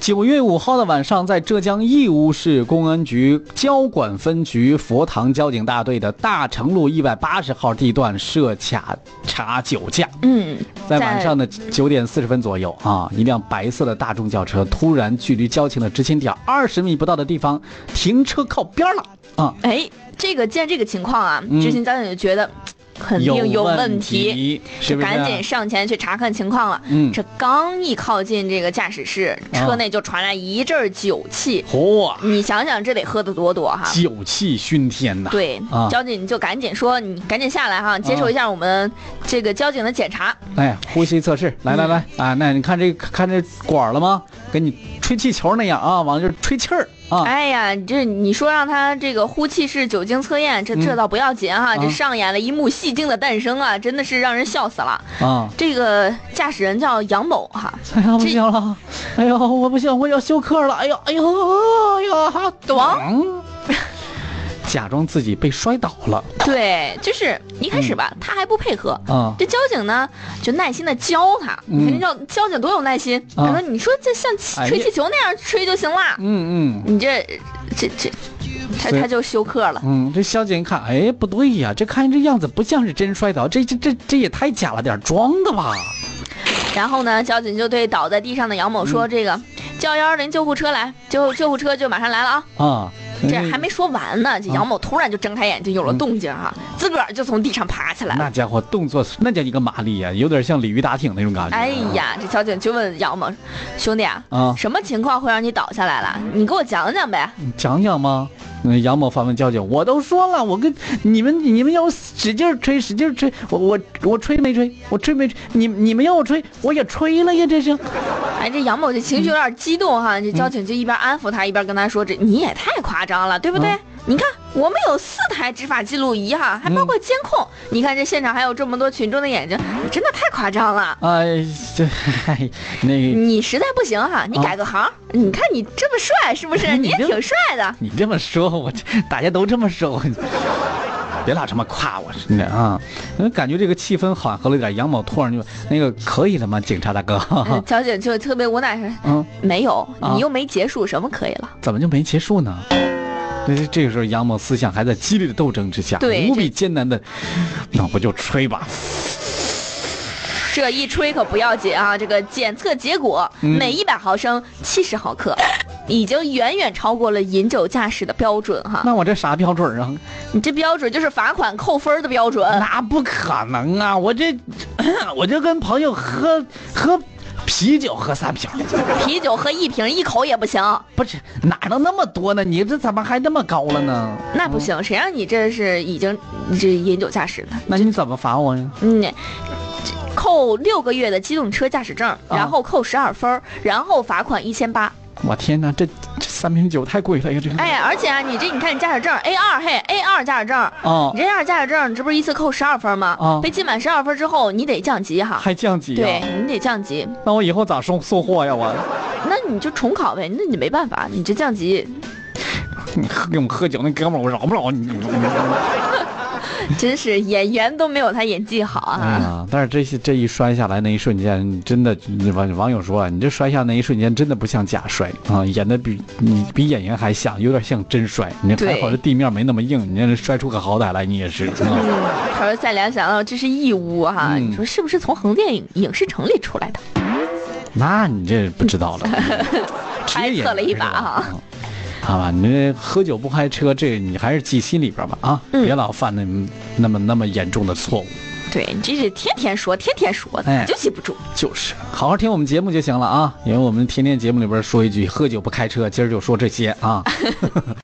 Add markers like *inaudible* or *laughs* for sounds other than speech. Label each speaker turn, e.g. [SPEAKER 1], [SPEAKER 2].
[SPEAKER 1] 九月五号的晚上，在浙江义乌市公安局交管分局佛堂交警大队的大成路一百八十号地段设卡查酒驾，
[SPEAKER 2] 嗯，
[SPEAKER 1] 在晚上的九点四十分左右啊，一辆白色的大众轿车突然距离交警的执勤点二十米不到的地方停车靠边了啊，
[SPEAKER 2] 哎，这个见这个情况啊，
[SPEAKER 1] 嗯
[SPEAKER 2] 执行交警就觉得肯定有问
[SPEAKER 1] 问
[SPEAKER 2] 题，，
[SPEAKER 1] 是不是？啊
[SPEAKER 2] 赶紧上前去查看情况了。
[SPEAKER 1] 嗯
[SPEAKER 2] 这刚一靠近这个驾驶室，
[SPEAKER 1] 啊
[SPEAKER 2] 车内就传来一阵儿酒气。
[SPEAKER 1] 嚯，
[SPEAKER 2] 你想想，这得喝得多多哈！
[SPEAKER 1] 酒气熏天呐！
[SPEAKER 2] 对，
[SPEAKER 1] 啊
[SPEAKER 2] 交警就赶紧说，你赶紧下来哈，接受一下我们这个交警的检查。
[SPEAKER 1] 哎，呼吸测试，来来来啊！那你看这看这管儿了吗？跟你吹气球那样啊，往这吹气儿啊！
[SPEAKER 2] 哎呀，这你说让他这个呼气式酒精测验，这这
[SPEAKER 1] 嗯
[SPEAKER 2] 倒不要紧哈，这
[SPEAKER 1] 啊
[SPEAKER 2] 上演了一幕戏精的诞生啊，真的是让人笑死了。
[SPEAKER 1] 啊！
[SPEAKER 2] 这个驾驶人叫杨某哈，
[SPEAKER 1] 哎呀，不行了！哎呦，我不行，我要休克了！哎呦，哎呦，哎呦，好
[SPEAKER 2] 咣！
[SPEAKER 1] 假装自己被摔倒了
[SPEAKER 2] 对，就是一开始
[SPEAKER 1] 嗯
[SPEAKER 2] 吧，他还不配合。
[SPEAKER 1] 啊！
[SPEAKER 2] 这交警呢，就耐心的教他。
[SPEAKER 1] 嗯
[SPEAKER 2] 你看，这交警多有耐心。
[SPEAKER 1] 啊
[SPEAKER 2] 他说：“你说这像
[SPEAKER 1] 哎呀
[SPEAKER 2] 吹气球那样吹就行了，
[SPEAKER 1] 嗯嗯
[SPEAKER 2] 你这这这，他
[SPEAKER 1] 所以
[SPEAKER 2] 他就休克了。
[SPEAKER 1] 嗯，这交警看，哎，不对呀，这看这样子不像是真摔倒，这这这这也太假了点儿，装的吧？
[SPEAKER 2] 然后呢，交警就对倒在地上的杨某
[SPEAKER 1] 嗯
[SPEAKER 2] 说：‘这个叫幺二零救护车来，救救护车就马上来了啊！’
[SPEAKER 1] 啊，
[SPEAKER 2] 这
[SPEAKER 1] 嗯
[SPEAKER 2] 还没说完呢，这
[SPEAKER 1] 啊嗯
[SPEAKER 2] 杨某突然就睁开眼睛，有了动静啊，自个儿就从地上爬起来了。
[SPEAKER 1] 那家伙动作那叫一个麻利呀、有点像鲤鱼打挺那种感觉。
[SPEAKER 2] 哎呀，这交警就问杨某兄弟啊，
[SPEAKER 1] 嗯啊，
[SPEAKER 2] 什么情况会让你倒下来了？你给我讲讲呗。
[SPEAKER 1] 你讲讲吗？嗯，杨某反问交警：“我都说了，我跟你们，你们要使劲儿吹，使劲儿吹，我我我吹没吹？我吹没吹？你你们要我吹，我也吹了呀，这是。
[SPEAKER 2] 哎，这杨某这情绪有点激动
[SPEAKER 1] 嗯
[SPEAKER 2] 哈，这交警就一边安抚他，一边跟他说：“这你也太夸张了，对不对？
[SPEAKER 1] 嗯
[SPEAKER 2] 你看我们有四台执法记录仪哈，还包
[SPEAKER 1] 嗯
[SPEAKER 2] 括监控。你看这现场还有这么多群众的眼睛，你真的太夸张了。”
[SPEAKER 1] 哎，这、哎、那个，
[SPEAKER 2] 你实在不行哈，你
[SPEAKER 1] 啊
[SPEAKER 2] 改个行。你看你这么帅，是不是？
[SPEAKER 1] *laughs* 你啊
[SPEAKER 2] 你也
[SPEAKER 1] 这
[SPEAKER 2] 挺帅的。
[SPEAKER 1] 你这么说，我这大家都这么说，我 *laughs* 别老这么夸我，真的啊。嗯感觉这个气氛缓和了一点，杨某突然就那个可以了吗？警察大哥， *laughs* 哈
[SPEAKER 2] 嗯
[SPEAKER 1] 哈
[SPEAKER 2] 交警就特别无奈说
[SPEAKER 1] 嗯，：“
[SPEAKER 2] 没有，
[SPEAKER 1] 啊
[SPEAKER 2] 你又没结束，什么可以了？
[SPEAKER 1] 怎么就没结束呢？那这个时候，杨某思想还在激烈的斗争之下，
[SPEAKER 2] 对
[SPEAKER 1] 无比艰难的，那我就吹
[SPEAKER 2] *laughs*
[SPEAKER 1] 吧。
[SPEAKER 2] 这一吹可不要紧啊！这个检测结果，
[SPEAKER 1] 嗯
[SPEAKER 2] 每一百毫升七十毫克，已经远远超过了饮酒驾驶的标准哈。
[SPEAKER 1] 那我这啥标准啊？
[SPEAKER 2] 你这标准就是罚款扣分的标准。
[SPEAKER 1] 那不可能啊！我这， *coughs* 我就跟朋友喝喝啤酒喝三瓶，
[SPEAKER 2] 啤酒喝一瓶一口也不行，
[SPEAKER 1] 不是哪能那么多呢？你这怎么还那么高了呢？
[SPEAKER 2] 那不行，谁让你这是已经这饮酒驾驶呢？
[SPEAKER 1] 那你怎么罚我呀？
[SPEAKER 2] 嗯。这扣六个月的机动车驾驶证，然后扣十二分儿，然后罚款一千八。
[SPEAKER 1] 我天哪，这这三瓶酒太贵了呀！这个，
[SPEAKER 2] 哎，而且啊，你这你看你驾驶证 A 二嘿 A 二驾驶证，
[SPEAKER 1] 哦
[SPEAKER 2] 你，这样驾驶证，你这不是一次扣十二分吗？
[SPEAKER 1] 啊
[SPEAKER 2] 被记满十二分之后，你得降级哈。
[SPEAKER 1] 还降级
[SPEAKER 2] 对
[SPEAKER 1] 呀？
[SPEAKER 2] 你得降级，
[SPEAKER 1] 那我以后咋送送货呀？我
[SPEAKER 2] 那你就重考呗，那你没办法，你这降级
[SPEAKER 1] 你喝跟我喝酒那哥们儿，我饶不了你。
[SPEAKER 2] 真是演员都没有他演技好
[SPEAKER 1] 哎
[SPEAKER 2] 啊。
[SPEAKER 1] 呀，但是这些这一摔下来那一瞬间，你真的网网友说啊，你这摔下那一瞬间真的不像假摔啊，演的比你比演员还像，有点像真摔。你这
[SPEAKER 2] 对
[SPEAKER 1] 还好这地面没那么硬，你这摔出个好歹来，你也是。
[SPEAKER 2] *laughs*
[SPEAKER 1] 啊
[SPEAKER 2] 嗯，他说再联想到这是义乌哈，
[SPEAKER 1] 嗯
[SPEAKER 2] 你说是不是从横店影影视城里出来的？
[SPEAKER 1] 那你这不知道
[SPEAKER 2] *laughs*
[SPEAKER 1] 了，职业演员
[SPEAKER 2] 挨测了一把
[SPEAKER 1] 是吧
[SPEAKER 2] 哈。
[SPEAKER 1] 嗯好吧，你这喝酒不开车，这你还是记心里边吧啊，
[SPEAKER 2] 嗯
[SPEAKER 1] 别老犯那那么那么严重的错误。
[SPEAKER 2] 对你这是天天说，天天说的，
[SPEAKER 1] 哎
[SPEAKER 2] 你就记不住。
[SPEAKER 1] 就是，好好听我们节目就行了啊，因为我们天天节目里边说一句“喝酒不开车”，今儿就说这些啊。